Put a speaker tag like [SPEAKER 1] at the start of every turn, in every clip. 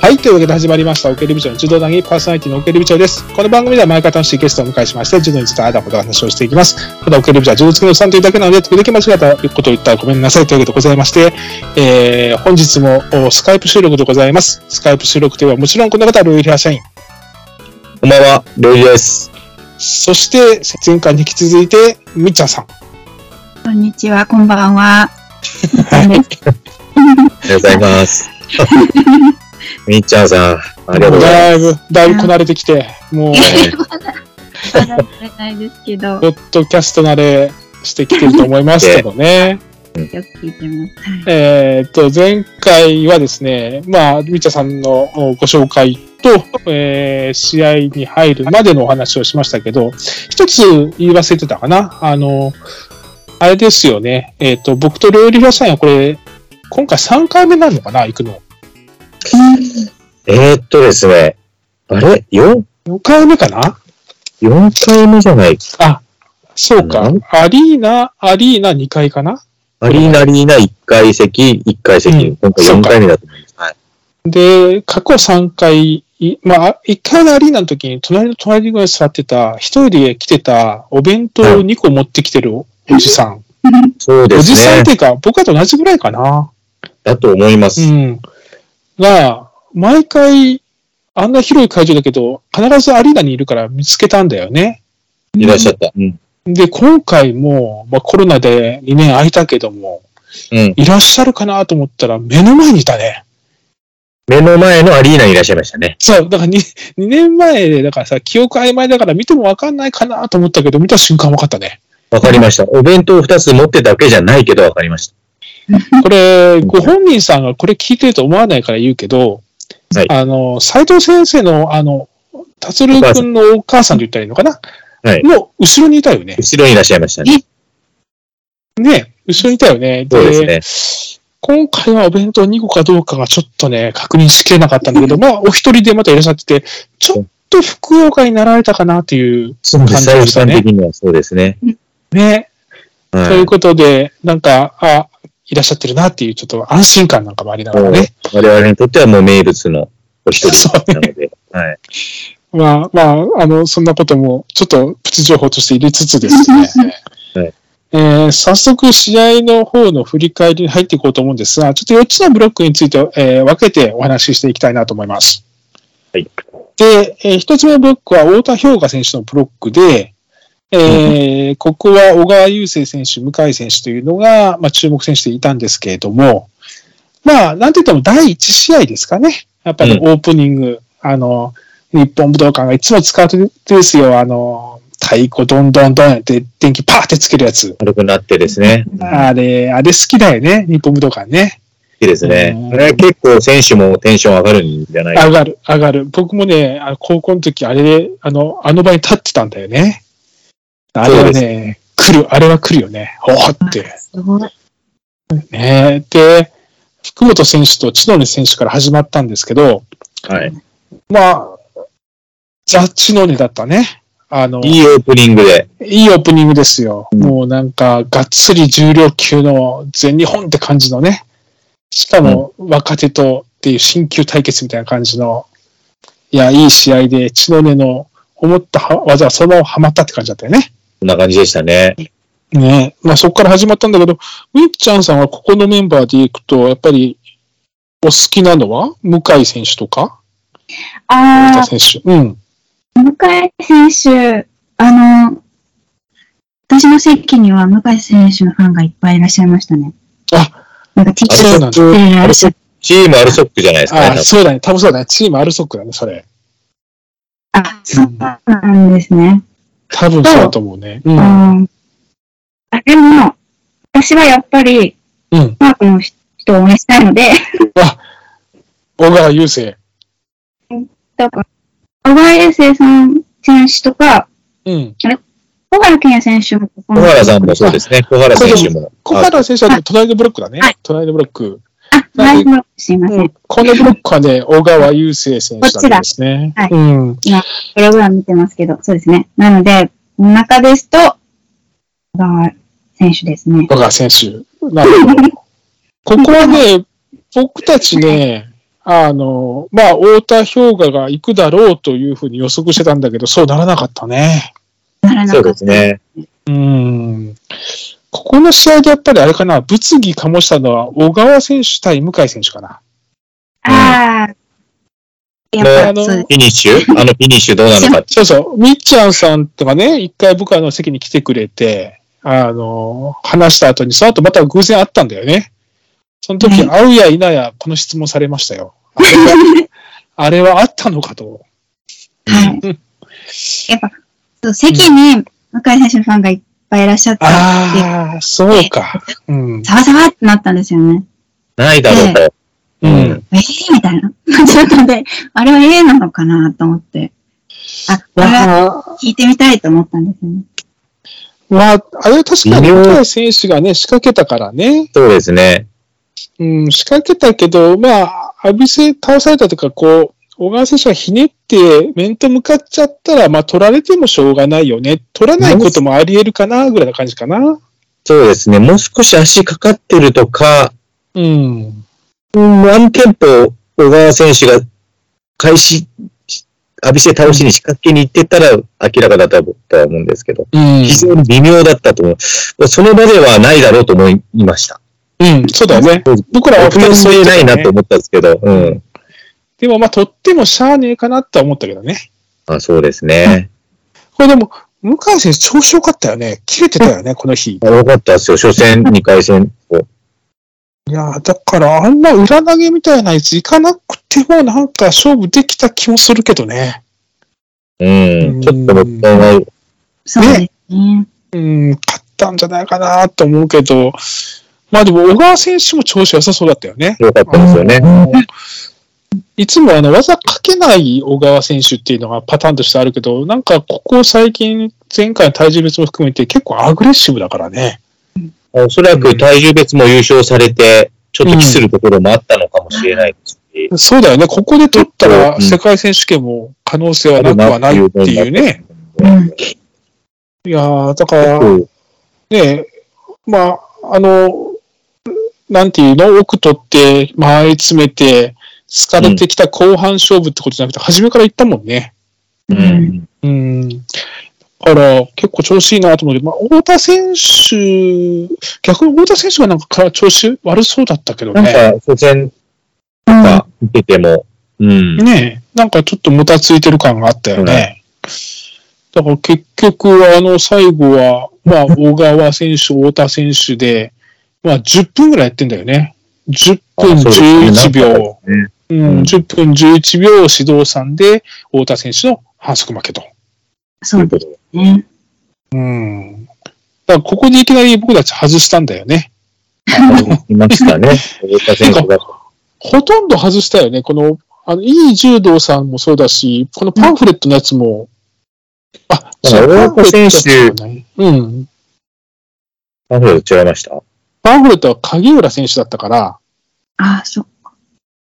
[SPEAKER 1] はい、というわけで始まりました、オケリ部長の柔道談義、パーソナリティのオケリ部長です。この番組では毎回楽しいゲストをお迎えしまして、柔道についてあなたことを話をしていきます。ただ、オケリ部長は柔道付きのおっさんというだけなので、時々間違ったことを言ったらごめんなさいというわけでございまして、えー、本日もおスカイプ収録でございます。スカイプ収録といえば、もちろんこの方はルイリア社員。
[SPEAKER 2] こんばんは、料理です。
[SPEAKER 1] そして、前回に引き続いて、みっちゃんさん。
[SPEAKER 3] こんにちは、こんばんは。
[SPEAKER 2] ありがとうござい ます。みっちゃんさん、ありがとうござい
[SPEAKER 1] だいぶ、だいぶこなれてきて、も う、
[SPEAKER 3] まだ取れないですけど、
[SPEAKER 1] ポッドキャスト慣れしてきてると思いますけどね。
[SPEAKER 3] よく聞いてます。はい
[SPEAKER 1] えーっと、前回はですね、まあ、みっちゃんさんのおご紹介と、えー試合に入るまでのお話をしましたけど、一つ言い忘れてたかな。あの、あれですよね。えーっと、僕と料理屋さんはこれ、今回3回目なのかな行くの。
[SPEAKER 2] ます。えー、っとですね、あれ ?4、
[SPEAKER 1] 4回目かな
[SPEAKER 2] 4回目じゃない
[SPEAKER 1] あ、そうか
[SPEAKER 2] うん。
[SPEAKER 1] アリーナ、アリーナ2回かな
[SPEAKER 2] アリーナアリーナ1階席、1階席、
[SPEAKER 1] うん
[SPEAKER 2] 今回
[SPEAKER 1] そう
[SPEAKER 2] 4
[SPEAKER 1] か
[SPEAKER 2] 回目だと思います。はい。
[SPEAKER 1] で、過去3回、いまあ、1回のアリーナの時に、隣の隣ぐらい座ってた、一人で来てた、お弁当を
[SPEAKER 2] はい
[SPEAKER 1] 2個持ってきてるおじさん。
[SPEAKER 2] そうで
[SPEAKER 1] おじ
[SPEAKER 2] す
[SPEAKER 1] さんっ
[SPEAKER 2] ね
[SPEAKER 1] て。いうか、僕らと同じぐらいかな。
[SPEAKER 2] だと思いま
[SPEAKER 1] う
[SPEAKER 2] す。
[SPEAKER 1] ん。が、毎回、あんな広い会場だけど、必ずアリーナにいるから見つけたんだよね。
[SPEAKER 2] いらっしゃった。うん。
[SPEAKER 1] で、今回も、まあ、コロナで2年空いたけども、
[SPEAKER 2] うん。
[SPEAKER 1] いらっしゃるかなと思ったら、目の前にいたね。
[SPEAKER 2] 目の前のアリーナにいらっしゃいましたね。
[SPEAKER 1] そう、だから 2, 2年前で、だからさ、記憶曖昧だから見てもわかんないかなと思ったけど、見た瞬間わかったね。
[SPEAKER 2] わかりました。お弁当2つ持ってたわけじゃないけどわかりました。
[SPEAKER 1] これ、ご本人さんがこれ聞いてると思わないから言うけど、
[SPEAKER 2] はい
[SPEAKER 1] あの、斎藤先生の、あの、達郎くんのお母さんと言ったらいいのかな、
[SPEAKER 2] はい
[SPEAKER 1] の後ろにいたよね。
[SPEAKER 2] 後ろにいらっしゃいましたね。
[SPEAKER 1] ね、後ろにいたよね。
[SPEAKER 2] そうです
[SPEAKER 1] 今回はお弁当2個かどうかがちょっとね、確認しきれなかったんだけど、まあ、お一人でまたいらっしゃってて、ちょっと福岡になられたかなっていう、
[SPEAKER 2] そうです。
[SPEAKER 1] 感
[SPEAKER 2] 最
[SPEAKER 1] 動
[SPEAKER 2] 後
[SPEAKER 1] した
[SPEAKER 2] さん
[SPEAKER 1] ね
[SPEAKER 2] 的にはそうですね。
[SPEAKER 1] ね、
[SPEAKER 2] は
[SPEAKER 1] ということで、なんか、あ、いらっしゃってるなっていう、ちょっと安心感なんかもありながらね。
[SPEAKER 2] 我々にとってはもう名物のお一人なの で、はい。
[SPEAKER 1] まあまあ、あの、そんなことも、ちょっとプチ情報として入れつつですね。
[SPEAKER 2] はい
[SPEAKER 1] えー早速、試合の方の振り返りに入っていこうと思うんですが、ちょっと4つのブロックについて、えー分けてお話ししていきたいなと思います。
[SPEAKER 2] はい。
[SPEAKER 1] で、え1つ目のブロックは太田氷河選手のブロックで、えーここは小川雄生選手、向井選手というのが、まあ、注目選手でいたんですけれども、まあ、なんといっても第1試合ですかね。やっぱり
[SPEAKER 2] う
[SPEAKER 1] オープニング、あの、日本武道館がいつも使うとですよ、あの、太鼓どんどんどんやって電気パーってつけるやつ。
[SPEAKER 2] 軽くなってですね。好
[SPEAKER 1] あれ、あれ好きだよね、日本武道館ね。
[SPEAKER 2] きです
[SPEAKER 1] うん
[SPEAKER 2] ね。あれは結構選手もテンション上がるんじゃないか。
[SPEAKER 1] 上がる、上がる。僕もね、あの高校の時、あれで、あの、あの場に立ってたんだよね。あれは
[SPEAKER 2] そうです
[SPEAKER 1] ね、来る、あれは来るよね。おーって。
[SPEAKER 3] すごい。
[SPEAKER 1] ねで、福本選手と千野選手から始まったんですけど、
[SPEAKER 2] はい。
[SPEAKER 1] まあ、ザ・千野だったね。あの、
[SPEAKER 2] いいオープニングで。
[SPEAKER 1] いいオープニングですよ。
[SPEAKER 2] うん
[SPEAKER 1] もうなんか、がっつり重量級の全日本って感じのね。しかも、若手とっていう新旧対決みたいな感じの、いや、いい試合で、千の根の思ったは技がそのままはまったって感じだったよね。
[SPEAKER 2] こんな感じでしたね。
[SPEAKER 1] ねまあそこから始まったんだけど、みっちゃんさんはここのメンバーでいくと、やっぱり、お好きなのは向井選手とか
[SPEAKER 3] あ
[SPEAKER 1] 田選手。うん。
[SPEAKER 3] あ、向井選手、あの、私の席には向井選手のファンがいっぱいいらっしゃいましたね。
[SPEAKER 1] あ、
[SPEAKER 3] なんか T
[SPEAKER 2] あ
[SPEAKER 3] シャツ
[SPEAKER 1] そうなんだ。
[SPEAKER 3] 着ていらっしゃって、
[SPEAKER 2] チームアルソックじゃないですかね
[SPEAKER 1] あ、。そうだね。多分そうだね。チームアルソックだね、それ。
[SPEAKER 3] あ、そうなんですね。
[SPEAKER 1] 多分そうだと思うね。う。
[SPEAKER 3] うんん。あ、でも、私はやっぱり、
[SPEAKER 1] うん。
[SPEAKER 3] マークの人を応援したいので、
[SPEAKER 1] あ、小川雄生。
[SPEAKER 3] だから、小川衛生さん選手とか、
[SPEAKER 1] うん。
[SPEAKER 3] 小原健也選手もここ
[SPEAKER 2] 小
[SPEAKER 3] の
[SPEAKER 2] 原さんもそうですね。小原選手も。
[SPEAKER 1] 小原選手は隣のブロックだね。
[SPEAKER 3] はい
[SPEAKER 1] 隣のブロック。
[SPEAKER 3] あ、ライブロすいません。
[SPEAKER 1] このブロックはね、小川雄生選手なんですね。
[SPEAKER 3] こっち
[SPEAKER 1] うん。
[SPEAKER 3] プログラム見てますけど、そうですね。なので、中ですと、小川選手ですね。
[SPEAKER 1] 小川選手。なるほど。ここはね、僕たちね、あの、まあ、太田氷河が行くだろうというふうに予測してたんだけど、そうならなかったね。
[SPEAKER 3] ならな か
[SPEAKER 2] そ
[SPEAKER 3] っ
[SPEAKER 2] う
[SPEAKER 3] た。
[SPEAKER 2] ですね。
[SPEAKER 1] うん。ここの試合でやっぱりあれかな、物議醸したのは小川選手対向井選手かな。
[SPEAKER 3] ああ。やっ
[SPEAKER 1] ね
[SPEAKER 3] ぱそうです。
[SPEAKER 2] フィニッシュあのフィニッシュどうなのかって。
[SPEAKER 1] そうそう、みっちゃんさんとかね、一回僕あの席に来てくれて、あの、話した後に、その後また偶然会ったんだよね。その時、
[SPEAKER 3] うん
[SPEAKER 1] 会うや否や、この質問されましたよ。あれは、あれはあったのかと。
[SPEAKER 3] はい。やっぱ、そう席に向井選手のファンがいっぱいいらっしゃったっていう、
[SPEAKER 1] ああ、そうか。うん。
[SPEAKER 3] ざわざわってなったんですよね。
[SPEAKER 2] ないだろうと。
[SPEAKER 1] うん。
[SPEAKER 3] えー、みたいな。 ちょっとで、あれは A なのかなと思って。あ、これは聞いてみたいと思ったんですよね。
[SPEAKER 1] まあ、あれは確かに、
[SPEAKER 2] 微妙
[SPEAKER 1] 向井選手がね、仕掛けたからね。
[SPEAKER 2] そうですね。
[SPEAKER 1] うん、仕掛けたけど、まあ、浴びせ、倒されたとか、こう、小川選手がひねって、面と向かっちゃったら、まあ、取られてもしょうがないよね。取らないこともあり得るかな、ぐらいな感じかな。
[SPEAKER 2] そうですね。もう少し足かかってるとか、
[SPEAKER 1] うん。
[SPEAKER 2] うんワンテンポ、小川選手が開始、浴びせ倒しに仕掛けに行ってたら明らかだったとは思うんですけど、
[SPEAKER 1] うん。
[SPEAKER 2] 非常に微妙だったと思う。その場ではないだろうと思いました。
[SPEAKER 1] うん、そうだよね。僕らは
[SPEAKER 2] 僕も
[SPEAKER 1] そう
[SPEAKER 2] 言えないなと思ったんですけど、うん。
[SPEAKER 1] でも、まあ、取ってもしゃあねえかなって思ったけどね。
[SPEAKER 2] あそうですね。
[SPEAKER 1] これでも、向井選手調子良かったよね。切れてたよね、この日。
[SPEAKER 2] あよかったですよ。初戦、2回戦。こ
[SPEAKER 1] いやーだからあんな裏投げみたいなやつ行かなくてもなんか勝負できた気もするけどね。
[SPEAKER 2] ううん。ちょっともったいない。
[SPEAKER 3] そうですね。
[SPEAKER 1] うん、勝ったんじゃないかなと思うけど、まあでも小川選手も調子良さそうだったよね。
[SPEAKER 2] よかったですよね。
[SPEAKER 1] いつもあの技かけない小川選手っていうのがパターンとしてあるけど、なんかここ最近、前回の体重別も含めて結構アグレッシブだからね。
[SPEAKER 2] おそらく体重別も優勝されて、ちょっと期するところもあったのかもしれないですし、
[SPEAKER 1] そうだよね。ここで取ったら
[SPEAKER 2] うん
[SPEAKER 1] 世界選手権も可能性はなくはないっていうね。
[SPEAKER 3] うん。
[SPEAKER 1] いやーだから、
[SPEAKER 2] うん
[SPEAKER 1] ねえ、まあ、あの、なんていうの、奥取って、回り詰めて、疲れてきた後半勝負ってことじゃなくて、初めから行ったもんね。
[SPEAKER 2] うん。
[SPEAKER 1] うん。だから、結構調子いいなと思うけど、まあ、太田選手、逆に太田選手がなんかから調子悪そうだったけど
[SPEAKER 2] なん
[SPEAKER 1] ね。
[SPEAKER 2] か、初戦
[SPEAKER 3] うん
[SPEAKER 2] とか見てても、うん。
[SPEAKER 1] ねえ、なんかちょっともたついてる感があったよね。だから結局、あの、最後は、ま あ、小川選手、太田選手で、まあ、10分ぐらいやってんだよね。10分
[SPEAKER 2] あそうですね
[SPEAKER 1] 11秒。
[SPEAKER 2] ね
[SPEAKER 1] うん、
[SPEAKER 2] うん
[SPEAKER 1] 10分11秒指導3で、太田選手の反則負けと。
[SPEAKER 3] そうですね。
[SPEAKER 1] うん。だから、ここにいきなり僕たち外したんだよね。
[SPEAKER 2] いまし たね。太田選手が。
[SPEAKER 1] ほとんど外したよね。この、あの、いい柔道さんもそうだし、このパンフレットのやつも、あ、
[SPEAKER 2] だから
[SPEAKER 1] そう
[SPEAKER 2] 大岡選手
[SPEAKER 1] パンフレットだったんだねうん。
[SPEAKER 2] パンフレット違いました
[SPEAKER 1] パンフレットは影浦選手だったから、
[SPEAKER 3] ああ、そう。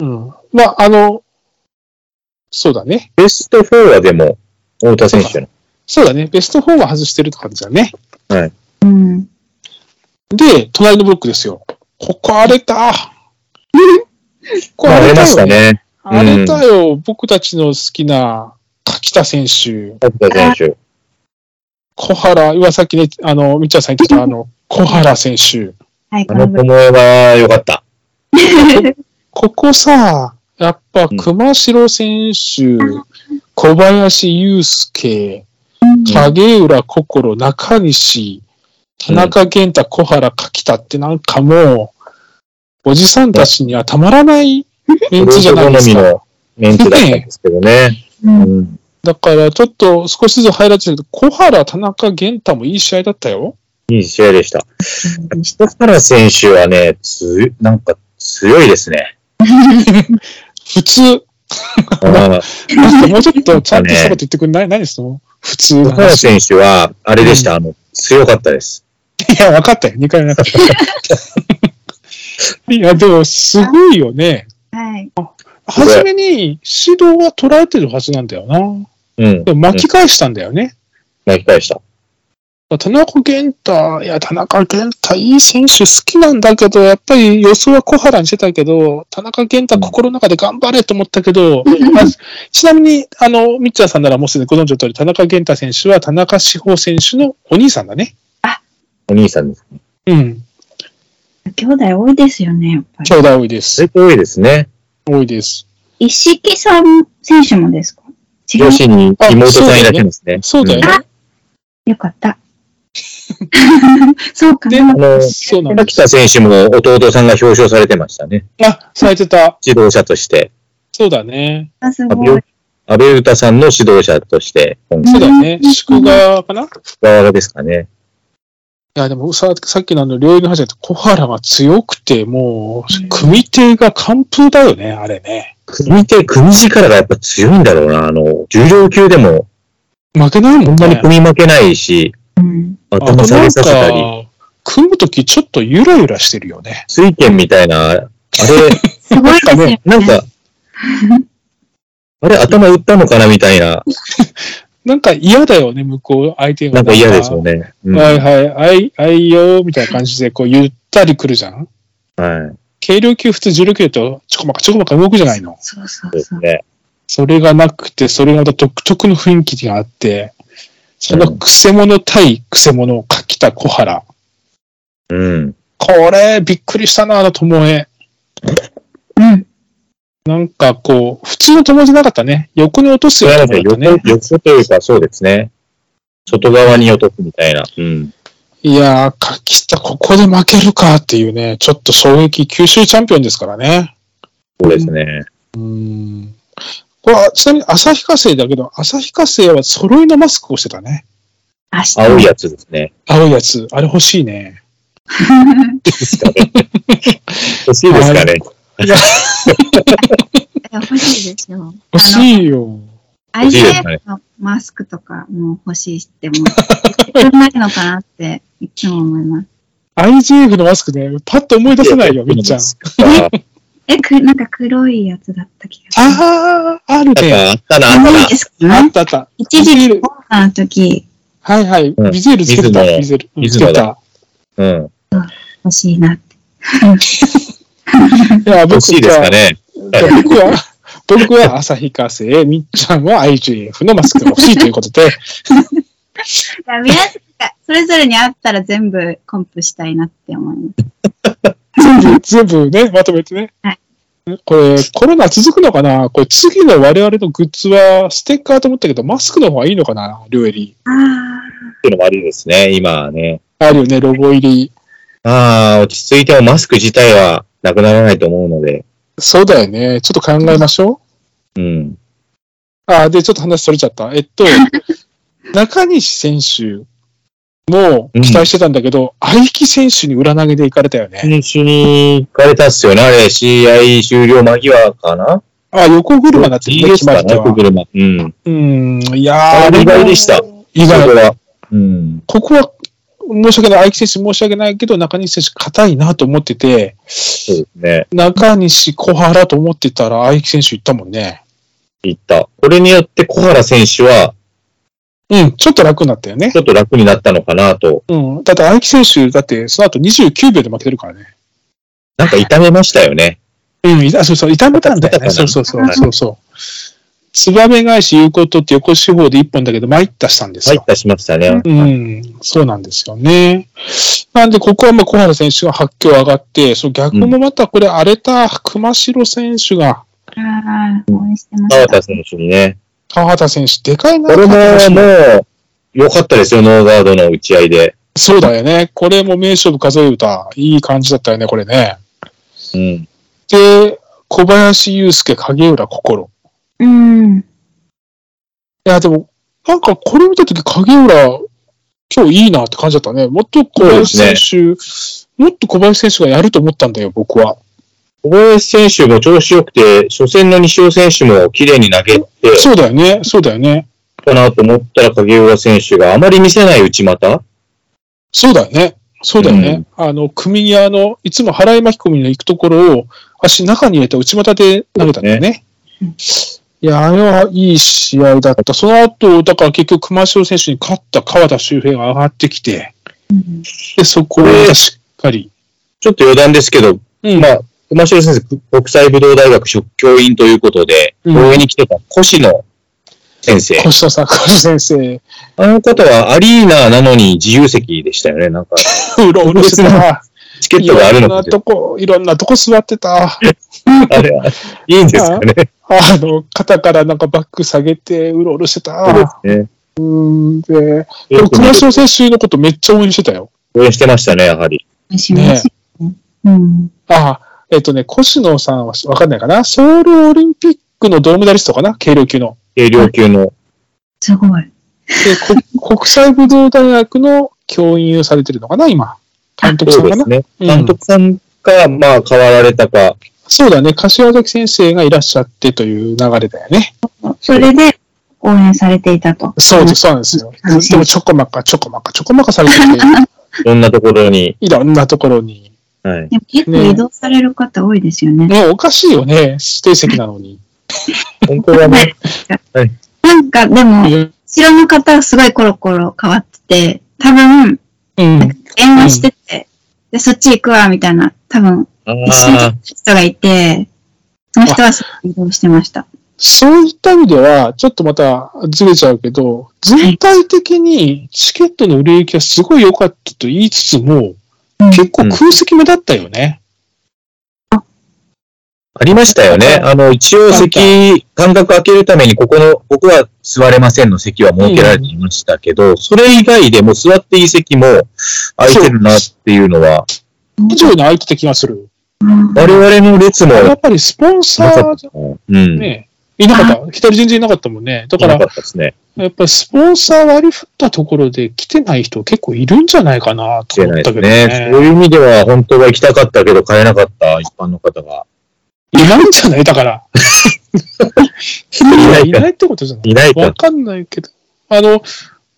[SPEAKER 1] うん。まあ、あの、そうだね。
[SPEAKER 2] ベスト4はでも、太田選手の。
[SPEAKER 1] そうだね。ベスト4は外してるって感じだね。
[SPEAKER 3] うん。
[SPEAKER 1] で、隣のブロックですよ。ここ荒れた。ここ
[SPEAKER 2] まあ、
[SPEAKER 1] 荒
[SPEAKER 2] あ
[SPEAKER 1] れ
[SPEAKER 2] り
[SPEAKER 1] た
[SPEAKER 2] まし
[SPEAKER 1] よ
[SPEAKER 2] た
[SPEAKER 1] ね。
[SPEAKER 2] ね。
[SPEAKER 1] 荒れたよ。僕たちの好きな柿田選手。
[SPEAKER 2] 太田選
[SPEAKER 1] 小原、今さっきね、あの、みっちゃんさん言ってた、あ の、小原選手。
[SPEAKER 3] はい、
[SPEAKER 2] 手。
[SPEAKER 3] こ
[SPEAKER 2] あ
[SPEAKER 3] の
[SPEAKER 2] の
[SPEAKER 3] 分。
[SPEAKER 2] 友は良かった。
[SPEAKER 1] ここさ、やっぱ熊代選手、小林祐介、影浦心、中西、田中健太、小原、柿田ってなんかもう、おじさんたちにはたまらないメンツじゃないです
[SPEAKER 2] 好み
[SPEAKER 1] か。
[SPEAKER 2] のメンツだったんですけどね。
[SPEAKER 3] うん
[SPEAKER 2] うん
[SPEAKER 1] だからちょっと少しずつハイライトするけど、小原、田中健太もいい試合だったよ。
[SPEAKER 2] いい試合でした。
[SPEAKER 3] でし
[SPEAKER 2] 北原選手はね、つ、なんか強いで すね。
[SPEAKER 1] 普通。
[SPEAKER 2] うん
[SPEAKER 1] なんかもうちょっとちゃんとしたこと言ってくんない、何その普通の
[SPEAKER 2] 北原
[SPEAKER 1] 話。い
[SPEAKER 2] 選手は、あれでした、あの、強かったです。
[SPEAKER 1] や、分かったよ。2回目なかった。いや、でも、すごいよね。
[SPEAKER 3] はい。
[SPEAKER 2] ごい
[SPEAKER 1] 初めに指導は取られてるはずなんだよな。
[SPEAKER 2] うん。
[SPEAKER 1] でも巻き返したんだよね。
[SPEAKER 2] 巻き返した。
[SPEAKER 1] 田中健太、いや、田中健太、いい選手好きなんだけど、やっぱり予想は小原にしてたけど、田中健太、心の中で頑張れと思ったけど、まあちなみに、あの、ミッチャーさんならもうすでにご存知の通り、田中健太選手は田中志保選手のお兄さんだね。
[SPEAKER 2] お兄さんです。
[SPEAKER 1] うん。
[SPEAKER 3] 兄弟多いですよね、やっぱり
[SPEAKER 1] 兄。弟多いです。
[SPEAKER 2] 最高多いですね。
[SPEAKER 1] 多いです。
[SPEAKER 3] 一式さん選手もですか違
[SPEAKER 2] 両
[SPEAKER 3] う。
[SPEAKER 2] 親に妹さんいらっしゃいますね。
[SPEAKER 1] そうだよね。
[SPEAKER 3] よかった。そうか
[SPEAKER 1] で
[SPEAKER 3] な
[SPEAKER 2] う。ん。あの、
[SPEAKER 1] そうなんです。
[SPEAKER 2] 北選手も弟さんが表彰されてましたね。
[SPEAKER 1] あ、されてた。
[SPEAKER 2] 指導者として。
[SPEAKER 1] そうだね。
[SPEAKER 3] あす
[SPEAKER 2] あ
[SPEAKER 3] ご
[SPEAKER 2] よ
[SPEAKER 3] い。
[SPEAKER 2] 安倍歌さんの指導者として、今
[SPEAKER 1] そうだね。
[SPEAKER 3] うん
[SPEAKER 1] 宿川かない
[SPEAKER 2] 側ですかね。
[SPEAKER 1] や、でもさ、さっきのあの、両襟の話だと、小原が強くて、も
[SPEAKER 3] う
[SPEAKER 1] う、
[SPEAKER 3] ん
[SPEAKER 1] 組手が完封だよね、あれね。
[SPEAKER 2] 組手、組力がやっぱ強いんだろうな。あの、重量級でも、
[SPEAKER 1] 負けないも
[SPEAKER 2] そ
[SPEAKER 1] ん
[SPEAKER 2] んなに
[SPEAKER 1] ね。
[SPEAKER 2] 組み負けないし、
[SPEAKER 3] うん。
[SPEAKER 1] あと
[SPEAKER 2] 頭下
[SPEAKER 1] な
[SPEAKER 2] げ
[SPEAKER 1] ん
[SPEAKER 2] させたり、
[SPEAKER 1] か、組むときちょっとゆらゆらしてるよね。
[SPEAKER 2] 水拳みたいな、あれ、
[SPEAKER 3] すごいですよね。
[SPEAKER 2] なんか、あれ、頭打ったのかなみたいな、
[SPEAKER 1] なんか嫌だよね、向こう、相手が。
[SPEAKER 2] なんか嫌ですよね。うん
[SPEAKER 1] は
[SPEAKER 2] はいい。
[SPEAKER 1] はい、あい、あいよ、みたいな感じで、こう、ゆったり来るじゃん
[SPEAKER 2] そう
[SPEAKER 1] 軽量級、普通重量級だと、ちょこまかちょこまか動くじゃないの。
[SPEAKER 3] そうそう
[SPEAKER 2] で
[SPEAKER 3] そ
[SPEAKER 2] す
[SPEAKER 3] う。
[SPEAKER 2] ね。
[SPEAKER 1] それがなくて、それがまた独特の雰囲気があって、そのクセ者対クセ者をかきた小原。
[SPEAKER 2] うん。
[SPEAKER 1] これ、びっくりしたな、あの巴
[SPEAKER 3] うん。
[SPEAKER 1] なんかこう、普通の友じゃなかったね。横に落とす
[SPEAKER 2] そ
[SPEAKER 1] よ
[SPEAKER 2] れ
[SPEAKER 1] う
[SPEAKER 2] はな
[SPEAKER 1] なん
[SPEAKER 2] か
[SPEAKER 1] 友だった
[SPEAKER 2] 横、
[SPEAKER 1] ね。
[SPEAKER 2] 横というか、そうですね。外側に落とすみたいな。うん。
[SPEAKER 1] いやー、かきた、ここで負けるかっていうね、ちょっと衝撃、九州チャンピオンですからね。
[SPEAKER 2] そうですね。
[SPEAKER 1] うーん。これは、ちなみに旭化成だけど、旭化成は揃いのマスクをしてたね。
[SPEAKER 3] 明日。
[SPEAKER 2] 青いやつですね。
[SPEAKER 1] 青いやつ。あれ欲しいね。
[SPEAKER 2] 欲しいですかね。
[SPEAKER 3] 欲しいでしょ。
[SPEAKER 1] 欲
[SPEAKER 3] い。
[SPEAKER 1] しいよ。
[SPEAKER 2] 欲しいです
[SPEAKER 3] ICF のマスクとかも欲しいってもう、いらないのかなって、いつも思います。
[SPEAKER 1] IGF のマスクね、パッと思い出せないよ、みっちゃん。
[SPEAKER 2] あ
[SPEAKER 3] え、く、なんか黒いやつだった気がする。
[SPEAKER 1] ああ、あるね。
[SPEAKER 2] あったな、あった
[SPEAKER 3] 黒。
[SPEAKER 2] ない
[SPEAKER 3] ですか
[SPEAKER 1] あったあった。
[SPEAKER 3] 一時期コロナの時
[SPEAKER 1] はいはい。
[SPEAKER 2] うん
[SPEAKER 1] ビゼールつけてた。ビ
[SPEAKER 2] 水
[SPEAKER 1] ゼールうん。つ
[SPEAKER 2] 水
[SPEAKER 1] け
[SPEAKER 2] 野
[SPEAKER 1] て
[SPEAKER 2] だ
[SPEAKER 1] た。
[SPEAKER 2] うん。
[SPEAKER 3] 欲しいなって。
[SPEAKER 1] いや、
[SPEAKER 2] 欲
[SPEAKER 1] 僕
[SPEAKER 2] しいですか
[SPEAKER 1] は、
[SPEAKER 2] ね。
[SPEAKER 1] じゃあ僕は、僕は旭化成、みっちゃんは IGF のマスクが欲しいということ で、
[SPEAKER 3] いや皆さんがそれぞれにあったら全部コンプしたいなって思います。
[SPEAKER 1] 全部、全部ね、まとめてね
[SPEAKER 3] はい。
[SPEAKER 1] これ、コロナ続くのかなこれ、次の我々のグッズは、ステッカーと思ったけど、マスクの方がいいのかな両襟。
[SPEAKER 3] あ
[SPEAKER 2] っていうのもありですね、今はね。
[SPEAKER 1] あるよね、ロゴ入り。
[SPEAKER 2] ああ、落ち着いてもマスク自体はなくならないと思うので。
[SPEAKER 1] そうだよね。ちょっと考えましょう。
[SPEAKER 2] うん。
[SPEAKER 1] あ、で、ちょっと話それちゃった。えっと、中西選手も期待してたんだけど、相木選手に裏投げで行かれたよね。
[SPEAKER 2] 選手に行かれたっすよね、あれ。試合終了間際かな
[SPEAKER 1] あ、横車になってる
[SPEAKER 2] ?GS
[SPEAKER 1] ね、決ま
[SPEAKER 2] か
[SPEAKER 1] り手
[SPEAKER 2] な、
[SPEAKER 1] は。
[SPEAKER 2] 車。うん。
[SPEAKER 1] うん、いやー
[SPEAKER 2] あれ意外でした。
[SPEAKER 1] 意
[SPEAKER 2] そ
[SPEAKER 1] 外。
[SPEAKER 2] れは。うん。
[SPEAKER 1] ここは、申し訳ない、相木選手申し訳ないけど、中西選手硬いなと思ってて、
[SPEAKER 2] そうですね。
[SPEAKER 1] 中西、小原と思ってたら、相木選手行ったもんね。
[SPEAKER 2] 行った。これによって小原選手 は、
[SPEAKER 1] うん、ちょっと楽になったよね。
[SPEAKER 2] ちょっと楽になったのかなと。
[SPEAKER 1] うん。だって、相木選手、だって、その後29秒で負けてるからね。
[SPEAKER 2] なんか痛めました よね。
[SPEAKER 1] うん、いたそうそう、痛めたんだよね。そ
[SPEAKER 2] 痛めたん
[SPEAKER 1] うそ
[SPEAKER 2] だ
[SPEAKER 1] うそう
[SPEAKER 3] は。い
[SPEAKER 1] そうそう。つばめ返し言うことって横四方で一本だけど、参ったしたんです
[SPEAKER 2] 入っ
[SPEAKER 1] よ。
[SPEAKER 2] たしましたね。
[SPEAKER 1] うん、そうなんですよね。なんで、ここはまあ小原選手が発狂上がって、そう逆もまたこれ荒れた熊代選手が、
[SPEAKER 3] あ、ああ、応援してま
[SPEAKER 2] 川
[SPEAKER 3] した。
[SPEAKER 2] 田選手にね。
[SPEAKER 1] 川畑選手、でかいな。
[SPEAKER 2] これももう、良かったですよ、ノーガードの打ち合いで。
[SPEAKER 1] そうだよね。これも名勝負数え歌。いい感じだったよね、これね。
[SPEAKER 2] うん。
[SPEAKER 1] で、小林祐介、影浦心。
[SPEAKER 3] うん。
[SPEAKER 1] いや、でも、なんかこれ見たとき、影浦、今日いいなって感じだったね。もっと小林選手、もっと小林選手がやると思ったんだよ、僕は。
[SPEAKER 2] 小林選手も調子良くて、初戦の西尾選手も綺麗に投げて、
[SPEAKER 1] そうだよね、そうだよね。
[SPEAKER 2] かなと思ったら影浦選手があまり見せない内股
[SPEAKER 1] そうだよね。そうだよね。あの、組み屋の、いつも払い巻き込みの行くところを、足中に入れた内股で投げたんだよね。いや、あれはいい試合だった。その後、だから結局、熊代選手に勝った川田周平が上がってきて、
[SPEAKER 3] うん
[SPEAKER 1] で、そこをしっかり。
[SPEAKER 2] ちょっと余談ですけど、
[SPEAKER 1] うん
[SPEAKER 2] まあ、熊代先生、国際武道大学職教員ということで、
[SPEAKER 1] うん
[SPEAKER 2] 応援に来てた越野先生。
[SPEAKER 1] 越野さん、越野先生、
[SPEAKER 2] あの方はアリーナなのに自由席でしたよね。なんか、
[SPEAKER 1] うろうろしてた。
[SPEAKER 2] チケッ
[SPEAKER 1] い
[SPEAKER 2] トがある
[SPEAKER 1] ろん
[SPEAKER 2] の
[SPEAKER 1] な
[SPEAKER 2] か
[SPEAKER 1] とこ、いろんなとこ座って た。
[SPEAKER 2] あれは、いいんですかね。
[SPEAKER 1] あの、肩からなんかバック下げて、うろうろしてた。
[SPEAKER 2] そうです
[SPEAKER 1] うん、で、
[SPEAKER 2] ね。
[SPEAKER 1] で
[SPEAKER 2] よ
[SPEAKER 1] も
[SPEAKER 2] く
[SPEAKER 1] 熊
[SPEAKER 2] 見て
[SPEAKER 1] 代選手のことめっちゃ応援してたよ。
[SPEAKER 2] 応援してましたね、やはり。
[SPEAKER 3] 美味しいですね。うん。
[SPEAKER 1] ああ、えっとね、越野さんはわかんないかな。ソウルオリンピックの銅メダリストかな、軽量級の。
[SPEAKER 2] 軽量級の。
[SPEAKER 3] すごい。
[SPEAKER 1] で、こ 国際武道大学の教員をされてるのかな、今。監督さ
[SPEAKER 2] そ
[SPEAKER 1] ん
[SPEAKER 2] う
[SPEAKER 1] か
[SPEAKER 2] で
[SPEAKER 1] な
[SPEAKER 2] す。ね。
[SPEAKER 1] うん
[SPEAKER 2] 監督さんが、まあ、変わられたか。
[SPEAKER 1] そうだね、柏崎先生がいらっしゃってという流れだよね。
[SPEAKER 3] それで応援されていたと。
[SPEAKER 1] そうです、そうなんです よ。
[SPEAKER 3] うん
[SPEAKER 1] でも、ちょこまか、ちょこまか、ちょこまかされてて、
[SPEAKER 2] いろんなところに。
[SPEAKER 1] いろんなところに。
[SPEAKER 2] はい。
[SPEAKER 3] でも結構移動される方多いですよね。
[SPEAKER 1] ね、おかしいよね、指定席なのに。
[SPEAKER 2] 本当は
[SPEAKER 3] は
[SPEAKER 2] ね
[SPEAKER 3] い、なんかでも、
[SPEAKER 1] う
[SPEAKER 3] 後ろの方がすごいコロコロ変わってて、多分、
[SPEAKER 1] ん。
[SPEAKER 3] 電話してて、で、そっち行くわ、みたいな、多分、
[SPEAKER 2] あ
[SPEAKER 3] 一緒に撮っ
[SPEAKER 2] あ
[SPEAKER 3] た、人がいて、その人はそこに移動してました。
[SPEAKER 1] そういった意味では、ちょっとまたずれちゃうけど、全体的にチケットの売れ行きはすごい良かったと言いつつも、
[SPEAKER 3] うん
[SPEAKER 1] 結構空席目だったよね。
[SPEAKER 2] ありましたよね。あの、一応席、間隔空けるために、ここの、僕は座れませんの席は設けられていましたけど、それ以外でも座っていい席も空いてるなっていうのは、
[SPEAKER 1] 以上に空いてた気がする。
[SPEAKER 3] うん
[SPEAKER 2] 我々の列も
[SPEAKER 1] やっぱりスポンサ
[SPEAKER 2] なか
[SPEAKER 1] ー
[SPEAKER 2] っ
[SPEAKER 1] じ
[SPEAKER 2] た。うん。
[SPEAKER 1] ゃね、いなかった。一人全然いなかったもんね。だ
[SPEAKER 2] い
[SPEAKER 1] か
[SPEAKER 2] な
[SPEAKER 1] ら
[SPEAKER 2] か、ったですね。
[SPEAKER 1] やっぱりスポンサー割り振ったところで来てない人結構いるんじゃないかなと
[SPEAKER 2] して
[SPEAKER 1] 思
[SPEAKER 2] な
[SPEAKER 1] っ
[SPEAKER 2] い
[SPEAKER 1] た
[SPEAKER 2] で
[SPEAKER 1] け
[SPEAKER 2] す
[SPEAKER 1] ど
[SPEAKER 2] ね。
[SPEAKER 1] ね。
[SPEAKER 2] そういう意味では、本当は行きたかったけど、買えなかった一般の方が。
[SPEAKER 1] いないんじゃないだから。
[SPEAKER 2] ない
[SPEAKER 1] いないってことじゃない
[SPEAKER 2] いない
[SPEAKER 1] わ
[SPEAKER 2] か。
[SPEAKER 1] かんないけど。あの、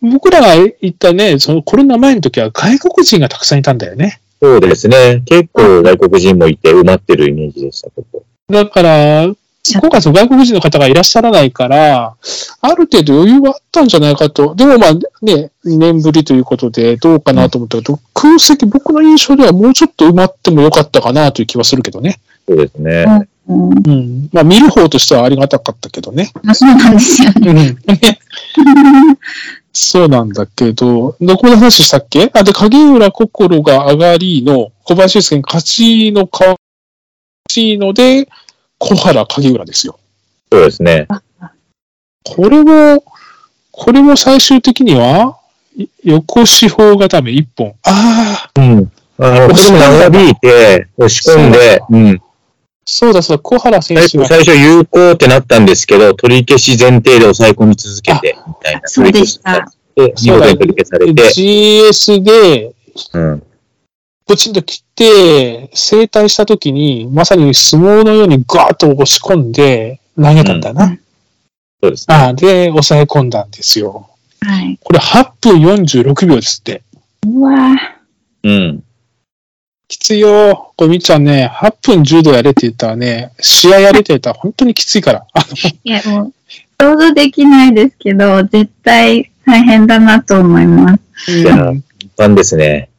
[SPEAKER 1] 僕らが行ったね、そのコロナ前の時は外国人がたくさんいたんだよね。
[SPEAKER 2] そうですね。結構外国人もいて埋まってるイメージでした、ここ。
[SPEAKER 1] だから、今回その外国人の方がいらっしゃらないから、ある程度余裕はあったんじゃないかと。でもまあね、2年ぶりということでどうかなと思ったけど、空席僕の印象ではもうちょっと埋まってもよかったかなという気はするけどね。
[SPEAKER 2] そうですね。
[SPEAKER 3] うん
[SPEAKER 1] うん。まあ見る方としてはありがたかったけどね。
[SPEAKER 3] まあそうなんですよね。
[SPEAKER 1] うん。そうなんだけど、どこで話したっけあ、で、影浦心が上がりの、小林祐介に勝ちのか、勝ちので、小原影浦ですよ。
[SPEAKER 2] そうですね。
[SPEAKER 1] これも、これも最終的には、い横四方固め一本。ああ、
[SPEAKER 2] うん。あの、これも長引いて、押し込んで、うん。
[SPEAKER 1] そうだそうだ、小原選
[SPEAKER 2] 最
[SPEAKER 1] 手
[SPEAKER 2] 初
[SPEAKER 1] が、
[SPEAKER 2] 最初有効ってなったんですけど、取り消し前提で抑え込み続けて、みたいな。
[SPEAKER 3] そうでした。
[SPEAKER 2] 取り消しされて。で、見事に取り消され
[SPEAKER 1] GS
[SPEAKER 2] て、
[SPEAKER 1] で、
[SPEAKER 2] うん。
[SPEAKER 1] ポチンと切って、整体した時に、まさに相撲のようにガーッと押し込んで、投げたんだな。
[SPEAKER 3] うん
[SPEAKER 2] そうですね。
[SPEAKER 1] ああ、で、抑え込んだんですよ。
[SPEAKER 3] はい。
[SPEAKER 1] これ8分46秒ですって。
[SPEAKER 3] うわぁ。
[SPEAKER 2] うん。
[SPEAKER 1] きついよ。これみっちゃんね、8分10度やれって言ったらね、試合やれって言ったら本当にきついから。あ
[SPEAKER 3] いや、もう、想像できないですけど、絶対大変だなと思います。
[SPEAKER 2] や
[SPEAKER 1] うん
[SPEAKER 2] 一般ですね。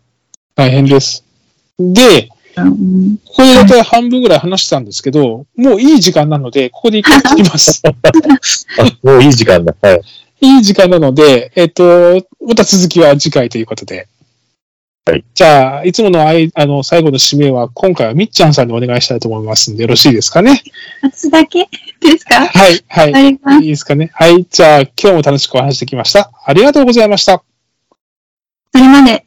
[SPEAKER 1] 大変です。で、
[SPEAKER 3] うん、
[SPEAKER 1] ここで大体半分ぐらい話したんですけど、もういい時間なので、ここで一回切り ます。
[SPEAKER 2] あ、もういい時間だ。はい。
[SPEAKER 1] いい時間なので、えっ、と、また続きは次回ということで。
[SPEAKER 2] はい。
[SPEAKER 1] じゃあ、いつものあいあの最後の締めは、今回はみっちゃんさんにお願いしたいと思いますんで、よろしいですかね。
[SPEAKER 3] 二つだけですかあ
[SPEAKER 1] はい、はい。
[SPEAKER 3] ります。
[SPEAKER 1] いいですかね。はい。じゃあ、今日も楽しくお話しできました。ありがとうございました。
[SPEAKER 3] それまで